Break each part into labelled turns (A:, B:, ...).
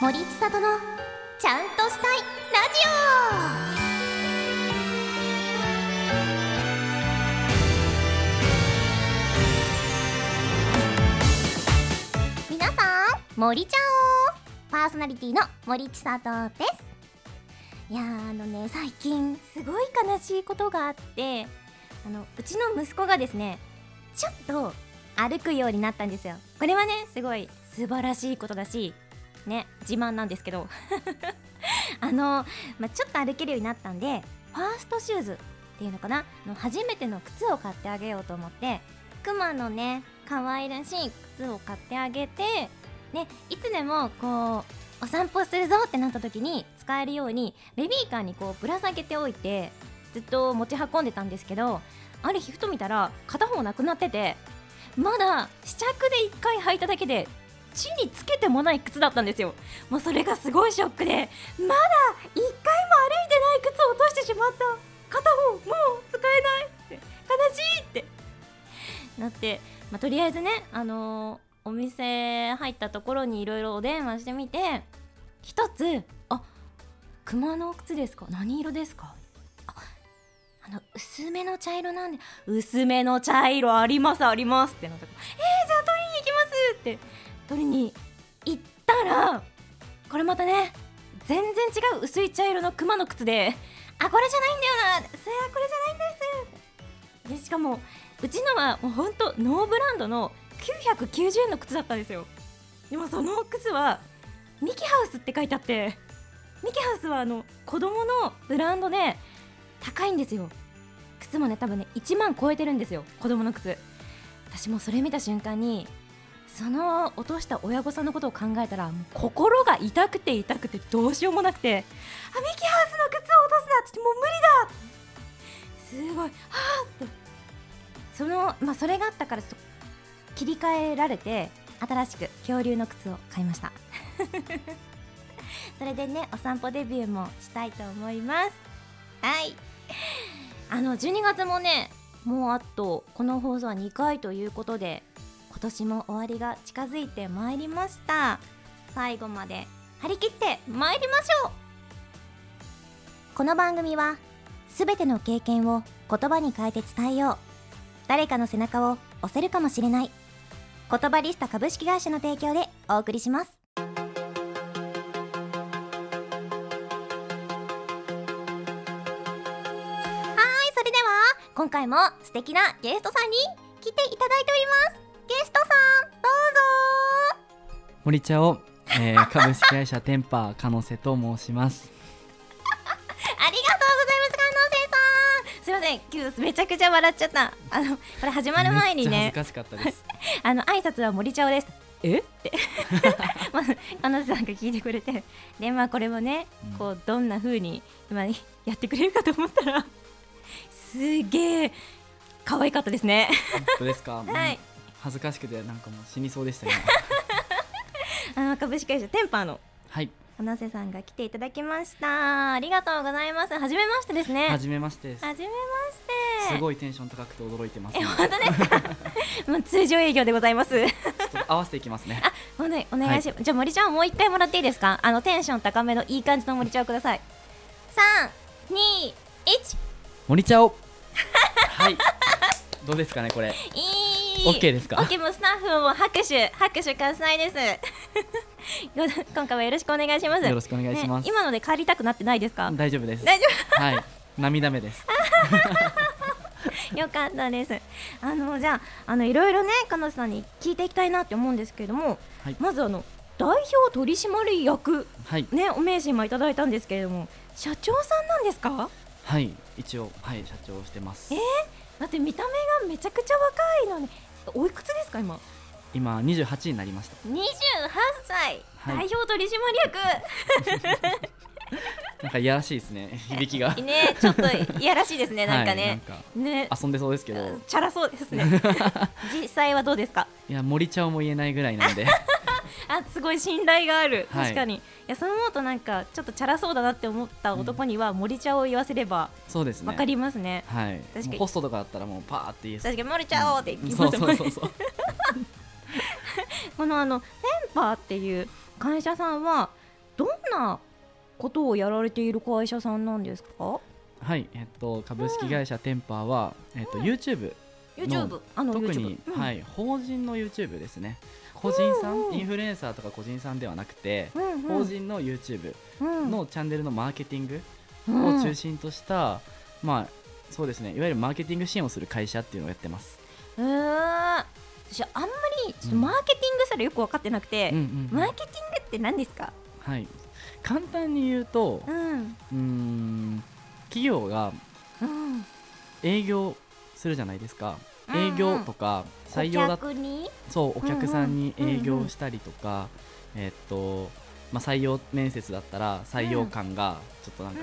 A: 森千里のちゃんとしたいラジオ皆さん森ちゃおパーソナリティの森千里ですいやーあのね最近すごい悲しいことがあってあのうちの息子がですねちょっと歩くようになったんですよこれはねすごい素晴らしいことだしね自慢なんですけど あの、まあ、ちょっと歩けるようになったんでファーストシューズっていうのかなあの初めての靴を買ってあげようと思ってクマのね可愛らしい靴を買ってあげてねいつでもこうお散歩するぞってなった時に使えるようにベビーカーにこうぶら下げておいてずっと持ち運んでたんですけどある日ふと見たら片方なくなっててまだ試着で1回履いただけで地につけてもない靴だったんですよもうそれがすごいショックでまだ1回も歩いてない靴を落としてしまった片方もう使えないって悲しいってなって、まあ、とりあえずねあのーお店入ったところにいろいろお電話してみて一つあ熊の靴ですか何色ですかああの薄めの茶色なんで薄めの茶色ありますありますってなったからえー、じゃあ取りに行きますって取りに行ったらこれまたね全然違う薄い茶色の熊の靴であこれじゃないんだよなそれはこれじゃないんですでしかもうちのはもうほんとノーブランドの990円の靴だったんですよでもその靴はミキハウスって書いてあってミキハウスはあの子供のブランドで高いんですよ靴もね多分ね1万超えてるんですよ子供の靴私もうそれ見た瞬間にその落とした親御さんのことを考えたらもう心が痛くて痛くてどうしようもなくてあミキハウスの靴を落とすなってもう無理だすごいはあってそのまあそれがあったからちょっと切り替えられて新しく恐竜の靴を買いました それでねお散歩デビューもしたいと思いますはいあの12月もねもうあとこの放送は2回ということで今年も終わりが近づいてまいりました最後まで張り切ってまいりましょうこの番組はすべての経験を言葉に変えて伝えよう誰かの背中を押せるかもしれない言葉リスタ株式会社の提供でお送りしますはーいそれでは今回も素敵なゲストさんに来ていただいておりますゲストさんどうぞ
B: 森茶を、え ー株式会社テンパーカノセと申します
A: ありがとうございます、観音生さん。すいません、今日めちゃくちゃ笑っちゃった。あの、これ始まる前に
B: めっ
A: ね
B: ち、ゃ恥ずかしかったです
A: あの挨拶は森ちゃおです。えって、まず、観音生さんが聞いてくれて、で、まあ、これをね、
B: うん
A: こう、どんな風に、今、やってくれるかと思ったら。すげえ、可愛かったですね。
B: 本当ですか、も う
A: はい
B: 恥ずかしくてなんかもう死にそう でしたね
A: あの、株式会社テンパーの。
B: はい
A: 花瀬さんが来ていただきました。ありがとうございます。初めましてですね。
B: は
A: は
B: じめましてです
A: じめまして。
B: すごいテンション高くて驚いてます、
A: え、
B: ね、
A: 本当ですか。 もう通常営業でございます。
B: ちょっと合わせていきますね
A: おねお願いします、じゃあ森ちゃんもう一回もらっていいですかあのテンション高めのいい感じの森ちゃんをください321
B: 森茶をはいどうですかねこれ
A: いい
B: OK ですか
A: OK もうスタッフも拍手拍手喝采です ご今回はよろしくお願いします
B: よろしくお願いします
A: ね今ので帰りたくなってないですか、
B: 大丈 夫です
A: 大丈
B: はい涙目です
A: 夫よかったですあのじゃああのいろいろね彼女さんに聞いていきたいなって思うんですけれども
B: はい、
A: まずあの代表取締役
B: はい、
A: ねお名刺もいただいたんですけれども社長さんなんですか
B: はい、一応はい社長をしてます
A: えだって見た目がめちゃくちゃ若いのにおいくつですか今
B: 今28になりました
A: 28歳、
B: はい
A: 代表取締
B: なんかいやらしいですね響きが
A: 役ねちょっといやらしいですねなんか
B: はい、なん
A: ね、
B: か
A: ね
B: 遊んでそうですけど
A: チャラそうです ね実際はどうですか
B: いや森茶をも言えないぐらいなん で
A: あすごい信頼がある
B: はい
A: 確かに、い、やそう思うとなんかちょっとチャラそうだなって思った男には森茶を言わせれば
B: そうですね
A: わかりますね
B: はい
A: かに
B: もうホストとかだったらもうパーって言えそう
A: 確かに森茶をって言い
B: そ
A: ま
B: う
A: す
B: そうそうそう
A: このあのテンパーっていう会社さんはなことをやられている会社さんなんですか
B: はい、えっと、株式会社テンパーは、えっと、YouTube の
A: YouTube あの YouTube
B: 特に、
A: うん
B: はい、法人の YouTube ですね個人さ
A: うんうん
B: んインフルエンサーとか個人さんではなくて、
A: うんうん
B: 法人の YouTube のチャンネルのマーケティング
A: うん
B: を中心とした、まあそうですねいわゆるマーケティング支援をする会社っていうのをやってます、
A: うん、えー私あんまりちょっとマーケティングすらよく分かってなくて
B: うん、うんうん
A: マーケティングって何ですか
B: はい、簡単に言うと
A: うん
B: うーん企業が
A: うん
B: 営業するじゃないですか
A: うんうん
B: 営業とか採用だ
A: 顧客に
B: そうお客さんに
A: うんうん
B: 営業したりとか、えっと、まあ、採用面接だったら採用官がちょっとなんか、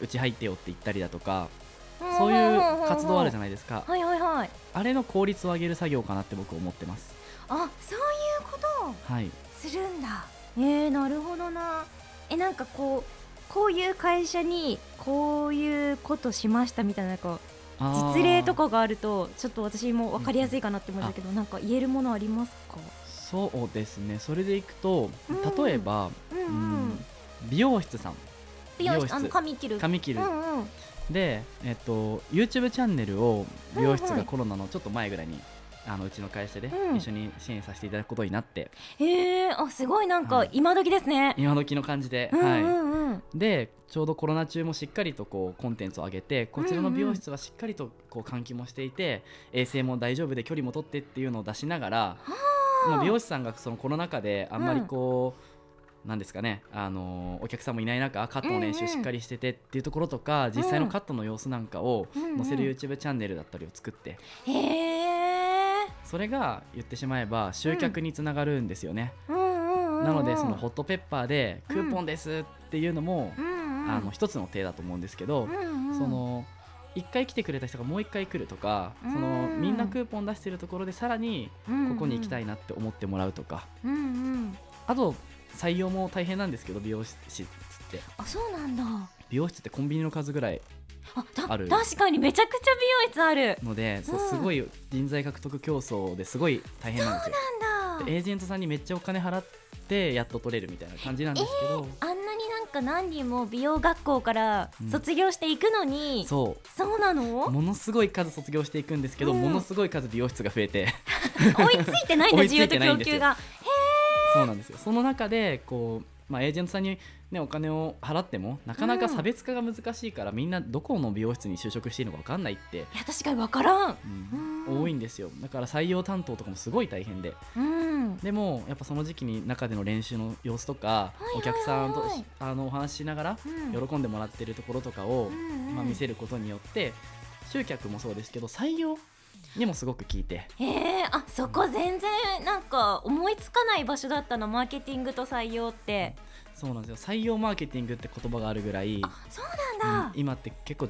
B: うち入ってよって言ったりだとか、そういう活動あるじゃ
A: ない
B: ないですか、
A: はいはいはい
B: あれの効率を上げる作業かなって僕思ってます
A: あそういうことを
B: はい
A: するんだえー、なるほどなえなんかこうこういう会社にこういうことしましたみたいななんか
B: あー
A: 実例とかがあるとちょっと私も分かりやすいかなって思うんだけど、なんか言えるものありますか
B: そうですねそれでいくと
A: うん
B: 例えば、
A: うんう
B: うんん美容室さん
A: 美容
B: 美
A: 室
B: 容室
A: あの髪切る
B: 髪切る
A: うんうん
B: で、えっと、YouTube チャンネルを美容室
A: はいは
B: が
A: い
B: コロナのちょっと前ぐらいに、あのうちの会社で
A: うん
B: 一緒に支援させていただくことになって、
A: へえー、あすごいなん
B: は
A: か
B: い
A: 今時ですね、
B: 今時の感じで、
A: うんう
B: は
A: んうん
B: い、でちょうどコロナ中もしっかりとこうコンテンツを上げてこちらの美容室はしっかりとこう換気もしていて、衛生も大丈夫で距離も取ってっていうのを出しながら、
A: ー
B: まあ、美容師さんがそのコロナ禍であんまりこう。なんですかねあのーお客さんもいない中カットの練習しっかりしててっていうところとか、実際のカットの様子なんかを
A: うんうん
B: 載せる YouTube チャンネルだったりを作って、
A: へえ
B: それが言ってしまえば集客につながるんですよね、
A: うんうんうんうん
B: なのでそのホットペッパーでクーポンですっていうのも、
A: うんうん
B: あの一つの手だと思うんですけど、
A: うんうん
B: その一回来てくれた人がもう一回来るとか、その
A: うん
B: みんなクーポン出してるところでさらにここに行きた
A: い、
B: いなって思ってもらうとか、
A: うんうん、
B: あと採用も大変なんですけど美容室って
A: あそうなんだ
B: 美容室ってコンビニの数ぐらい
A: あた
B: ある
A: 確かにめちゃくちゃ美容室ある
B: ので、そう
A: うん
B: すごい人材獲得競争ですごい大変なんですよ。
A: なんだ
B: でエージェントさんにめっちゃお金払ってやっと取れるみたいな感じなんですけど、
A: あんなになんか何人も美容学校から
B: うん
A: 卒業していくのに、そ
B: そう
A: うなの
B: ものすごい数卒業していくんですけど、
A: うん
B: ものすごい数美容室が増 えて
A: 追いついてないんだ
B: 追いつ
A: 需要
B: い
A: と
B: てない
A: 供
B: んですよ
A: 給が
B: そうなんですよその中でこう、まあ、エージェントさんに、ね、お金を払ってもなかなか差別化が難しいから、みんなどこの美容室に就職していいのか分かんないって、
A: いや確かに分からん
B: うん
A: うん
B: 多いんですよだから採用担当とかもすごい大変で
A: うん
B: でもやっぱその時期に中での練習の様子とか、
A: はいはいはいはい
B: お客さんとしあのお話ししながら
A: うん
B: 喜んでもらってるところとかを、
A: うんうん
B: まあ、見せることによって集客もそうですけど採用にもすごく効いて。
A: へえあそこ全然なんか思いつかない場所だったのマーケティングと採用って
B: そうなんですよ採用マーケティングって言葉があるぐらい、
A: あそうなん
B: うん
A: だ、
B: 今って結構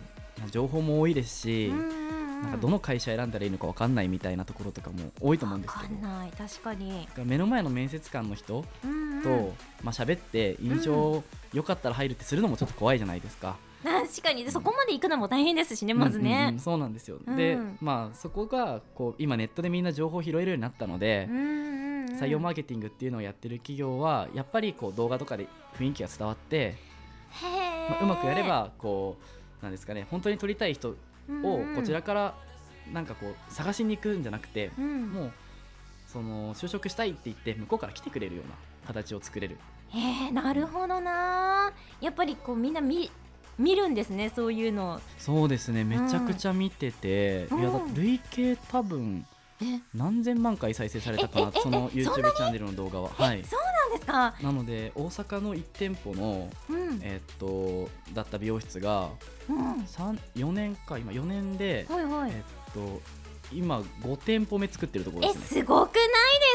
B: 情報も多いですし、
A: うんうんうん
B: なんかどの会社選んだらいいのか分かんないみたいなところとかも多いと思うん
A: 分
B: です
A: か
B: けど
A: んない確かに
B: だから目の前の面接官の人
A: うんうん
B: と、まあ喋って印象良かったら入るってするのもちょっと怖いじゃないですか。
A: 確かにそこまで行くのも大変ですしねまずね、
B: うんうんうんそうなんですよ、で
A: うん
B: まあそこがこう今ネットでみんな情報を拾えるようになったので、採
A: 採
B: 用マーケティングっていうのをやってる企業はやっぱりこう動画とかで雰囲気が伝わって、
A: へ
B: まあ、うまくやればこうなんですかね本当に取りたい人をこちらからなんかこう探しに行くんじゃなくて、
A: も
B: もうその就職したいって言って向こうから来てくれるような形を作れる
A: へえなるほどなやっぱりこうみんな見見るんですねそういうの
B: そうですねめちゃくちゃ見てて、
A: うん
B: いやだって累計多分
A: え
B: 何千万回再生されたかな
A: えええ
B: その
A: え
B: YouTube チ
A: そんなに
B: ャンネルの動画ははい
A: そうなんですか
B: なので大阪の1店舗の
A: うんうん
B: えっとだった美容室が三4年か今4年で、
A: はいはい
B: えっと今5店舗目作ってるところ
A: え
B: ですね
A: すごくないで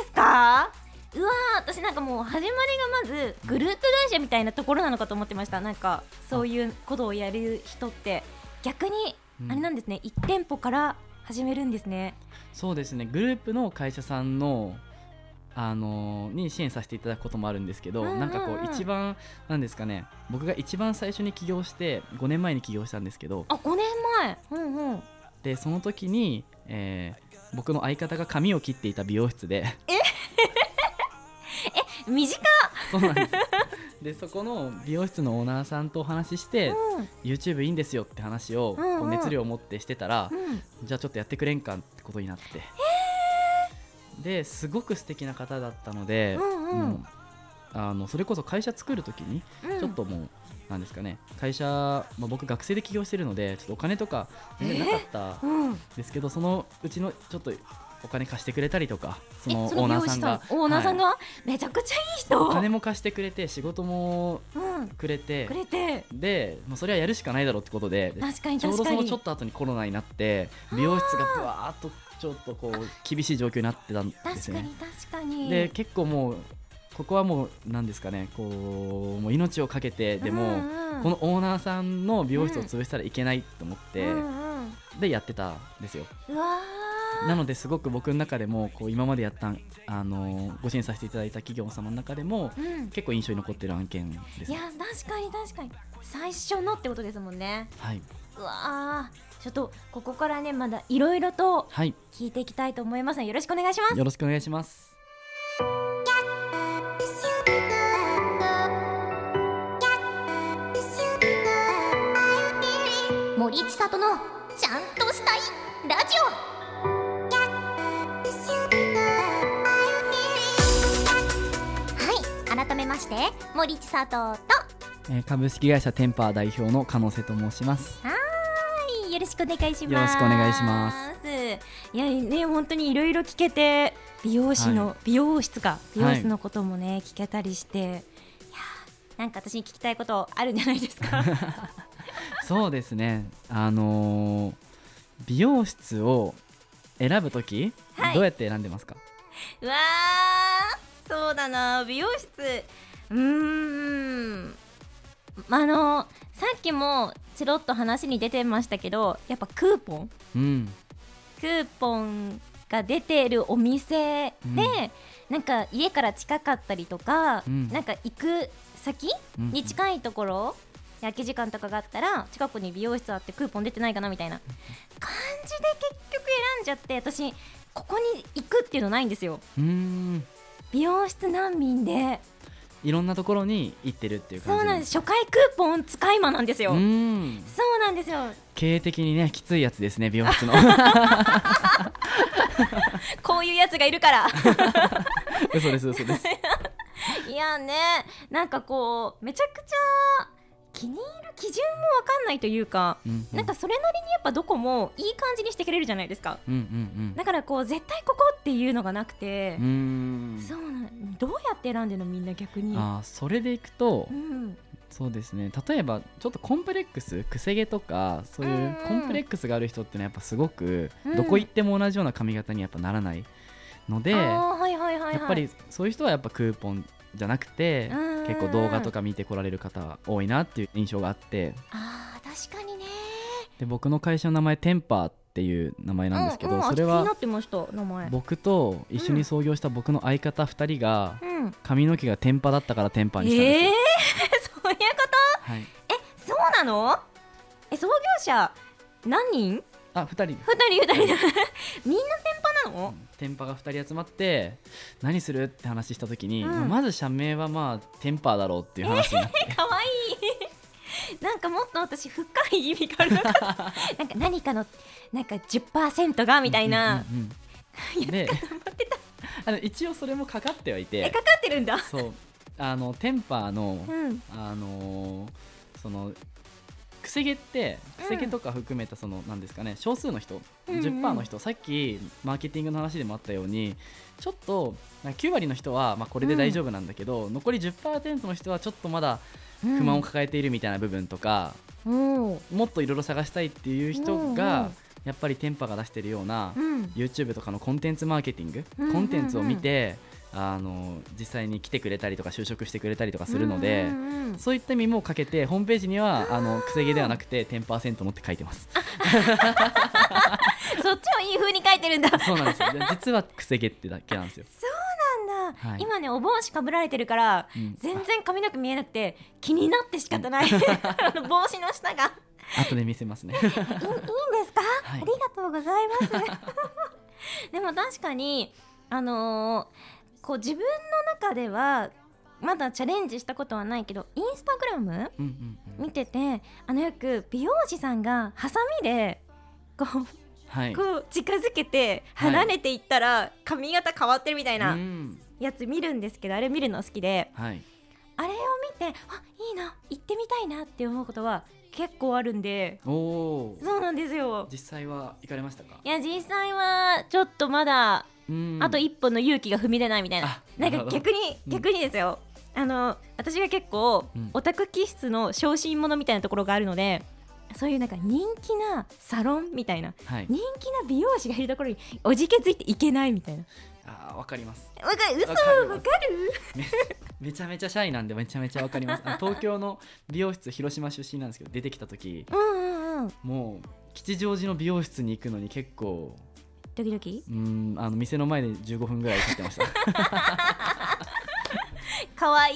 A: すかうわー私なんかもう始まりがまずグループ会社みたいなところなのかと思ってましたなんかそういうことをやる人って逆に
B: うん
A: あれなんですね、一店舗から始めるんですね
B: そうですねグループの会社さんのあのーに支援させていただくこともあるんですけど、
A: うんうんうん
B: なんかこう一番なんですかね僕が一番最初に起業して5年前に起業したんですけど
A: あ5年前うんうん
B: でその時に、えー僕の相方が髪を切 っていた美容室で
A: 身近
B: そうなんですでそこの美容室のオーナーさんとお話しして、
A: うん
B: YouTube いいんですよって話を
A: うんうん
B: こう熱量を持ってしてたら、
A: うん
B: じゃあちょっとやってくれんかってことになってですごく素敵な方だったので、
A: うんうん
B: もうあのそれこそ会社作る時に
A: うん
B: ちょっともう、なんですかね会社、まあ、僕学生で起業してるのでちょっとお金とか全然なかった
A: うん
B: ですけど、そのうちのちょっとお金貸してくれたりとかそ
A: え
B: のオ
A: その
B: ー
A: 美
B: ナ
A: 容
B: ー
A: 師
B: さ
A: さ
B: ん
A: ん
B: が
A: オーナーさんが、
B: は
A: めちゃくちゃいい
B: い
A: 人
B: お金も貸してくれて仕事も
A: うん
B: くれて
A: くれて
B: でもうそれはやるしかないだろうってことで
A: 確かに
B: ちょ
A: 確
B: うどそ
A: か
B: の
A: に
B: ちょっと後にコロナになって美容室がぶわーっとちょっとこう厳しい状況になってたんです
A: 確
B: よ
A: か
B: ね
A: に。確かに
B: で結構もうここはもう何ですかねこうもう命を懸けてでも、
A: うんうん
B: このオーナーさんの美容室を潰したらいけないと思って、
A: うんうん
B: でやってたんですよ
A: うわー
B: なのですごく僕の中でもこう今までやったあのご支援させていただいた企業様の中でも
A: うん
B: 結構印象に残ってる案件で
A: い
B: す
A: や確かに確かに最初のってことですもんね
B: はいう
A: わーちょっとここからねまだいろいろと
B: はい
A: 聞いていきたいと思いますのでよろしくお願いします
B: よろしくお願いします
A: 森千里のちゃんとしたいラジオはい改めまして森千里とは
B: えー株式会社テンパー代表の加納瀬と申します
A: いよろしくお願いします
B: よろしくお願いします
A: いやね本当にいろいろ聞けて美容師の、
B: は
A: 美容室か美
B: はい
A: 容室のこともね、聞けたりしていやーなんか私に聞きたいことあるんじゃないです か
B: そうですねあのー美容室を選ぶ時、
A: はい
B: どうやって選んでますか
A: うわーそうだな美容室うーんあのさっきもちろっと話に出てましたけどやっぱクーポン
B: うん
A: クーポンが出てるお店で、
B: うん
A: なんか家から近かったりとか、
B: うん
A: なんか行く先
B: うん
A: に近いところ、空き時間とかがあったら近くに美容室あってクーポン出てないかなみたいな感じで結局選んじゃって私ここに行くっていうのないんですよ
B: うーん
A: 美容室難民で
B: いろんなところに行ってるっていう感
A: そ
B: じ
A: うなんですす初回クーポン使い魔なんですよ、
B: うーん
A: そうなんですよ
B: 経営的にねきついやつですね美容 室の
A: こういうやつがいるから
B: 嘘です嘘です
A: いやねなんかこうめちゃくちゃ気に入る基準もわかんないというか
B: うう
A: なんかそれなりにやっぱどこもいい感じにしてくれるじゃないですか
B: うんうん
A: だからこう絶対ここっていうのがなくて
B: うんうー、ん
A: そうなんどうやって選んでるのみんな逆に
B: あーそれでいくと
A: うん
B: そうですね例えばちょっとコンプレックスくせ毛とかそうい
A: ん
B: う
A: うん
B: コンプレックスがある人ってのはやっぱすごく
A: うん
B: どこ行っても同じような髪型にやっぱならないので、
A: あーはいはいはいはい
B: やっぱりそういう人はやっぱクーポンじゃなくて
A: うんうんうん
B: 結構動画とか見てこられる方多いなっていう印象があって
A: あー確かにね
B: で僕の会社の名前テンパーっていう名前なんですけど、
A: ううあ
B: それ
A: 気にな
B: は
A: ってました名前
B: 僕と一緒に創業した僕の相方2人が
A: うん
B: 髪の毛がテンパだったからテンパにしたんです
A: え
B: よ
A: えー、 そういうこ
B: はい、
A: とそうなのえ創業者何人
B: あ2人
A: 二人二人 みんな先輩なの
B: テンパが2人集まって何するって話した時に、
A: うん
B: まず社名はまあテンパだろうっていう話になっ て、
A: かわいいなんかもっと私深い意味 があるのかななんか何かのなんか10%がみたいな
B: うんうんうんで あの一応それもかかってはい
A: え
B: て
A: かかってるんだ
B: そうあのテンパの、
A: うん
B: あのーそのくせ毛ってくせ毛とか含めたその、なんですかね少数の人、
A: うんうん
B: 10%の人さっきマーケティングの話でもあったようにちょっとなんか9割の人は、まあ、これで大丈夫なんだけど、残り10%の人はちょっとまだ不満を抱えているみたいな部分とか、
A: うん
B: もっといろいろ探したいっていう人
A: うんう
B: が
A: ん
B: やっぱりテンパが出してるような
A: うん
B: YouTube とかのコンテンツマーケティング、
A: うんうんうん
B: コンテンツを見てあの実際に来てくれたりとか就職してくれたりとかするので、
A: うんうんうん
B: そういった意味もかけてホームページにはあのくせ毛ではなくて10%のって書いてます。
A: そっちもいい風に書いてるんだ
B: そうなんですよで 実はくせ毛ってだけなんですよ。
A: なんだ、
B: はい
A: 今ねお帽子かぶられてるから、
B: うん
A: 全然髪の毛見えなくて気になって仕方ない あの帽子の下が
B: 後で見せますね。
A: いいいいんですか、
B: はい
A: ありがとうございます でも確かにあのーこう自分の中ではまだチャレンジしたことはないけどインスタグラム
B: うんうんうん
A: 見ててあのよく美容師さんがハサミでこう
B: はい
A: こう近づけて
B: はい
A: 離れていったら髪型変わってるみたいうなんやつ見るんですけどあれ見るの好きで
B: はい
A: あれを見てあいいな行ってみたいなって思うことは結構あるんで
B: おおー
A: そうなんですよ
B: 実際は行かれましたか
A: いや実際はちょっとまだ
B: うん
A: あと一歩の勇気が踏み出ないみたいな
B: あ、
A: なん
B: な
A: か
B: るほど
A: 逆に、
B: うん
A: 逆にですよあの私が結構、
B: うん
A: オタク気質の小心者みたいなところがあるのでそういうなんか人気なサロンみたいな
B: はい
A: 人気な美容師がいるところにおじけづいていけないみたいな
B: あーわかります
A: わかる嘘
B: わかります
A: わかる
B: めちゃめちゃシャイなんでめちゃめちゃわかりますあの東京の美容室広島出身なんですけど出てきた時
A: うんうんうん
B: もう吉祥寺の美容室に行くのに結構
A: ドキドキ
B: うんあの店の前で15分ぐらい行って ました
A: かわいい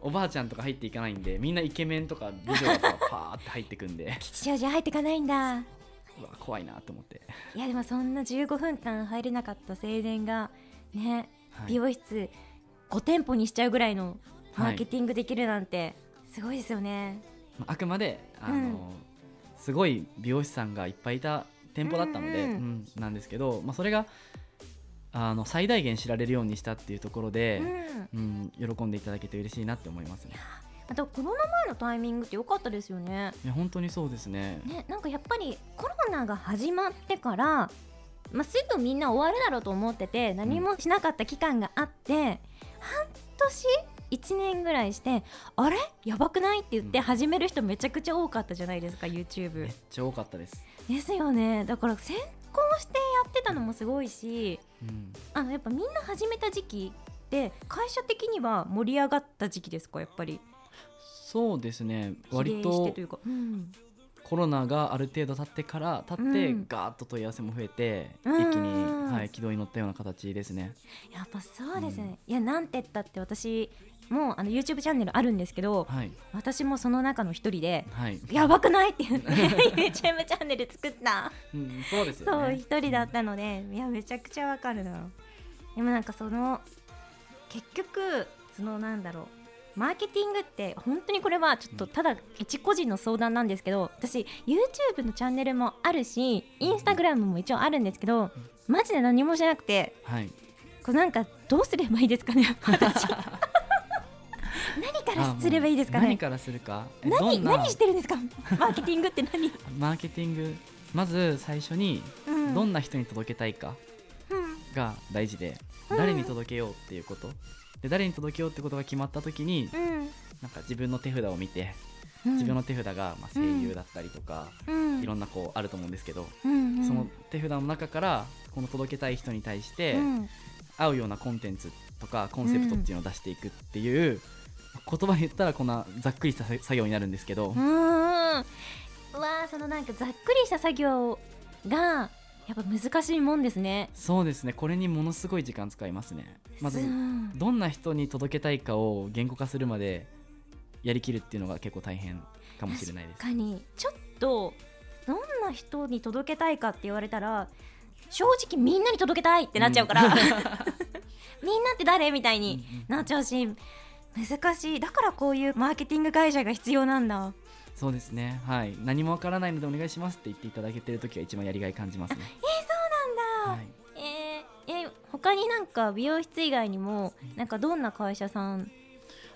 B: おばあちゃんとか入っていかないんでみんなイケメンとか美女とかパーって入ってくんで
A: 吉祥寺入ってかないんだ
B: うわ怖いなと思って、
A: いやでもそんな15分間入れなかった青年がね
B: はい
A: 美容室5店舗にしちゃうぐらいのマ
B: はい
A: ーケティングできるなんてすごいですよね。
B: まああくまであの、すごい美容師さんがいっぱいいた店舗だったので、
A: うんうん
B: うんなんですけど、まあ、それがあの最大限知られるようにしたっていうところで、
A: うん、
B: うん、喜んでいただけて嬉しいなって思いますね。
A: あとコロナ前のタイミングって良かったですよね。
B: いや本当にそうですね。
A: ねなんかやっぱりコロナが始まってから、まあ、すぐみんな終わるだろうと思ってて何もしなかった期間があって、半年1年ぐらいしてあれやばくないって言って
B: うん
A: 始める人めちゃくちゃ多かったじゃないですか YouTube。
B: めっちゃ多かったです。
A: ですよねだから先行してやってたのもすごいし
B: うん、
A: あのやっぱみんな始めた時期で会社的には盛り上がった時期ですかやっぱり
B: そうですね。割
A: 比例して
B: と
A: というか、うん、
B: コロナがある程度経ってから経って、
A: うん
B: ガーッと問い合わせも増えて、
A: うん
B: 一気にはい軌道に乗ったような形ですね。
A: やっぱそうですね、いやなんて言ったって私もうあの YouTube チャンネルあるんですけど
B: はい
A: 私もその中の一人で
B: はい。
A: やばくないって言って YouTube チャンネル作った
B: うん、そうですよ
A: そう
B: ね。
A: 一人だったのでいやめちゃくちゃわかるなでもなんかその結局そのなんだろうマーケティングって本当にこれはちょっとただ一個人の相談なんですけど私 YouTube のチャンネルもあるし Instagram も一応あるんですけどマジで何もしなくて
B: はい。
A: こうなんかどうすればいいですか ね私何からすればいいですか
B: あもう何
A: ね
B: からするか。えど
A: 何
B: んな
A: 何してるんですかマーケティングって何、
B: マーケティングまず最初に
A: うん
B: どんな人に届けたいか
A: うん
B: が大事で、
A: うん
B: 誰に届けようっていうこと。で誰に届けようってことが決まった時に
A: うん
B: なんか自分の手札を見て
A: うん
B: 自分の手札がまあ声優だったりとか、
A: うん
B: いろんなこうあると思うんですけど、
A: うんうん
B: その手札の中からこの届けたい人に対して
A: うん
B: 合うようなコンテンツとかコンセプトっていうのを出していくっていう、言葉で言ったらこんなざっくりした作作業になるんですけど、
A: うーんうわーそのなんかざっくりした作業がやっぱ難しいもんですね。
B: そうですねこれにものすごい時間使いますね。まず
A: うん
B: どんな人に届けたいかを言語化するまでやりきるっていうのが結構大変かもしれないです
A: 確。かにちょっとどんな人に届けたいかって言われたら正直みんなに届けたいってなっちゃうから、
B: うん
A: みんなって誰 みたいに
B: うんうん
A: なっちゃうし難しいだからこういうマーケティング会社が必要なんだ
B: そうですねはい何もわからないのでお願いしますって言っていただけてる時が一番やりがい感じますね。
A: なんだ、
B: はい
A: えー、え他になんか美容室以外にもなんかどんな会社さん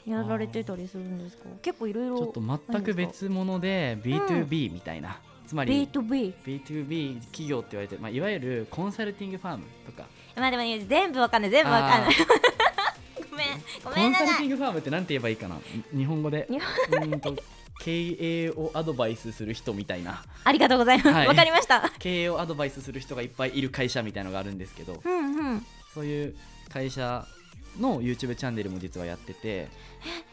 A: やられてたりするんですか結構いろいろ
B: ちょっと全く別物で B2B みたいな、つまり
A: B2B
B: B2B 企業って言われて、まあ、いわゆるコンサルティングファームとか
A: まあでもね全部わかんない全部わかんないごめん ご
B: コ
A: めん
B: ン
A: な
B: サル
A: さ
B: ティ
A: い
B: ングファームってなんて言えばいいかなん日本語で
A: 日
B: うーんと経営をアドバイスする人みたいな
A: ありがとうございますわ、
B: はい
A: かりました
B: 経営をアドバイスする人がいっぱいいる会社みたいのがあるんですけど
A: うんうん
B: そういう会社の YouTube チャンネルも実はやってて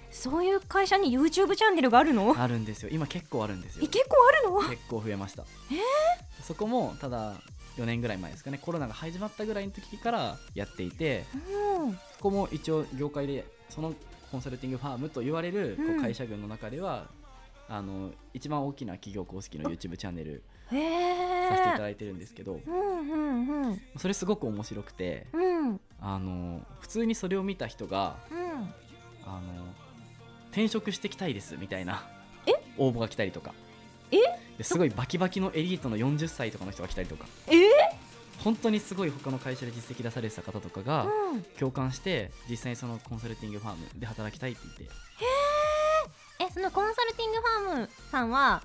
A: そういう会社に YouTube チャンネルがあるの
B: あるんですよ今結構あるんですよ
A: え結構あるの
B: 結構増えました、そこもただ4年ぐらい前ですかねコロナが始まったぐらいの時からやっていて
A: うん
B: そこも一応業界でそのコンサルティングファームと言われるこ
A: うん
B: う会社群の中では、あの一番大きな企業公式の YouTube チャンネル
A: へえ
B: させていただいてるんですけど、
A: うんうんうん
B: それすごく面白くて
A: うん
B: あの普通にそれを見た人が
A: うん
B: あの転職してきたいですみたいな
A: え
B: 応募が来たりとか
A: え
B: ですごいバキバキのエリートの40歳とかの人が来たりとか
A: え
B: 本当にすごい他の会社で実績出されてた方とかが
A: うん
B: 共感して実際にそのコンサルティングファームで働きたいって言って
A: えそのコンサルティングファームさんは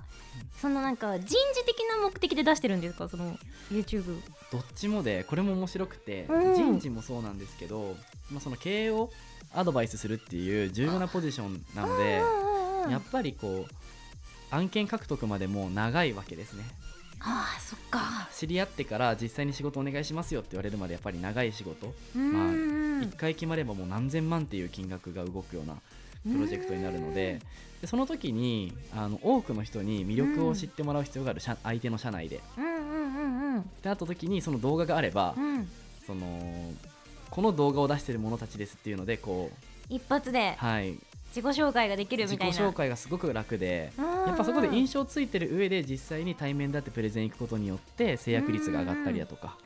A: そのなんか人事的な目的で出してるんですかその YouTube
B: どっちもでこれも面白くて、
A: うん
B: 人事もそうなんですけど、まあ、その経営をアドバイスするっていう重要なポジションなので
A: うんうんうん
B: やっぱりこう案件獲得までもう長いわけですね
A: ああそっか
B: 知り合ってから実際に仕事お願いしますよって言われるまでやっぱり長い仕事、
A: うん
B: まあ
A: うん
B: 1回決まればもう何千万っていう金額が動くようなプロジェクトになるのででその時にあの多くの人に魅力を知ってもらう必要がある社相手の社内で
A: うんうんうんうん
B: であった時にその動画があれば
A: うん
B: そのこの動画を出してる者たちですっていうのでこう、
A: 一発で
B: はい、
A: 自己紹介ができる
B: 自
A: み
B: 己
A: たいな
B: 紹介がすごく楽で
A: うん
B: やっぱそこで印象ついてる上で実際に対面だってプレゼン行くことによって制約率が上がったりだとか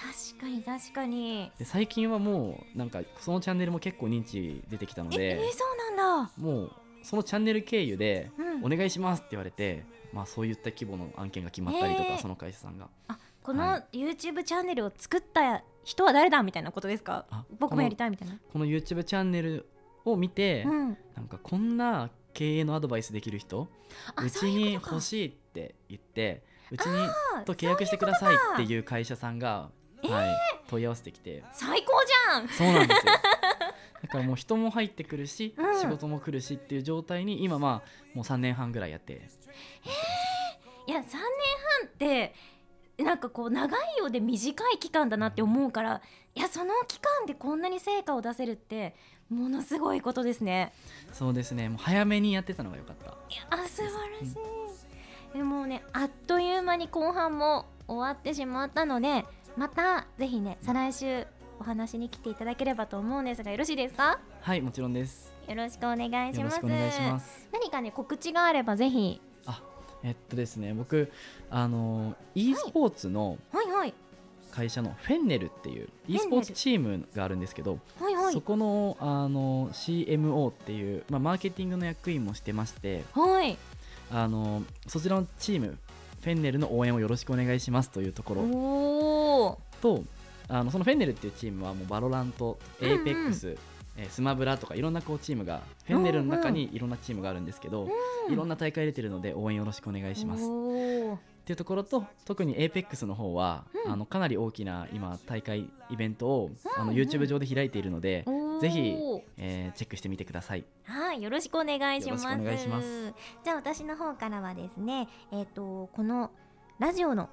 A: 確かに確かに
B: で最近はもうなんかそのチャンネルも結構認知出てきたの
A: え
B: で
A: えそうなんだ
B: もうそのチャンネル経由で
A: うん
B: お願いしますって言われて、まあ、そういった規模の案件が決まったりと
A: え
B: か、
A: ー
B: その会社さんが
A: あこの
B: は
A: YouTube チャンネルを作った人は誰だみたいなことですか
B: あ
A: 僕
B: こ
A: も
B: の
A: やりたいみたいな
B: この YouTube チャンネルを見て、
A: うん
B: なんかこんな経営のアドバイスできる人
A: あ
B: うちに欲
A: い
B: しいって言ってうちにと
A: そうい
B: 契
A: う
B: 約してください
A: ことか
B: っていう会社さんがはい、問い合わせてきて
A: 最高じゃん
B: そうな んですよだからもう人も入ってくるし、
A: うん
B: 仕事も来るしっていう状態に今まあもう3年半ぐらいやって
A: いや3年半ってなんかこう長いようで短い期間だなって思うからいやその期間でこんなに成果を出せるってものすごいことですね
B: そうですねもう早めにやってたのが良かった
A: いやあ素晴らしい、でもうねあっという間に後半も終わってしまったのでまたぜひね再来週お話に来ていただければと思うんですがよろしいですか
B: はいもちろんです
A: よろしくお願いし
B: よろ
A: ま
B: し
A: す
B: くお願いします
A: 何かね告知があればぜひ
B: えっとですね僕あの e スポーツの
A: はいはい
B: 会社のフェンネルっていう e スポーツチームがあるんですけど
A: はいはい
B: そこのあの CMO っていう、まあ、マーケティングの役員もしてまして
A: はい
B: あのそちらのチームフェンネルの応援をよろしくお願いしますというところ
A: おお
B: とあのそのフェンネルっていうチームはもうバロラント、
A: うん
B: エ
A: うん
B: イペックスえースマブラとかいろんなこうチームがフェンネルの中にいろんなチームがあるんですけど、
A: うん
B: いろんな大会出てるので応援よろしくお願いします。
A: おー
B: っていうところと特に APEX の方は、
A: うん
B: あのかなり大きな今大会イベントを、あ
A: う
B: の
A: ん
B: YouTube 上で開いているので、
A: おー
B: ぜひえーチェックしてみてください
A: はい、よろしくお願いします。
B: よろしくお願いします
A: じゃあ私の方からはですね、えっ、とこのラジオの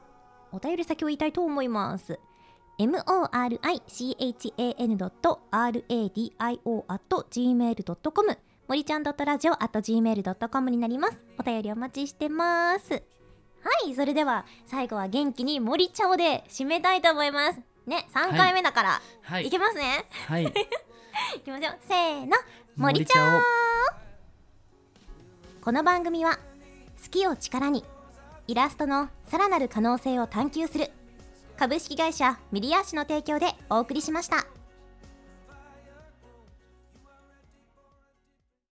A: お便り先を言いたいと思います。m o r i c h a n r a d i o g m a i l c o m 森ちゃんドットラジオ at gmail ドットコムになります。お便りお待ちしてます。はい、それでは最後は元気に森ちゃおで締めたいと思います。ね、三回目だから、、
B: はいい
A: けますね。
B: はい
A: いきましょう。せーの。森ち
B: ちゃんを
A: この番組は好きを力にイラストのさらなる可能性を探求する株式会社ミリアーシの提供でお送りしました。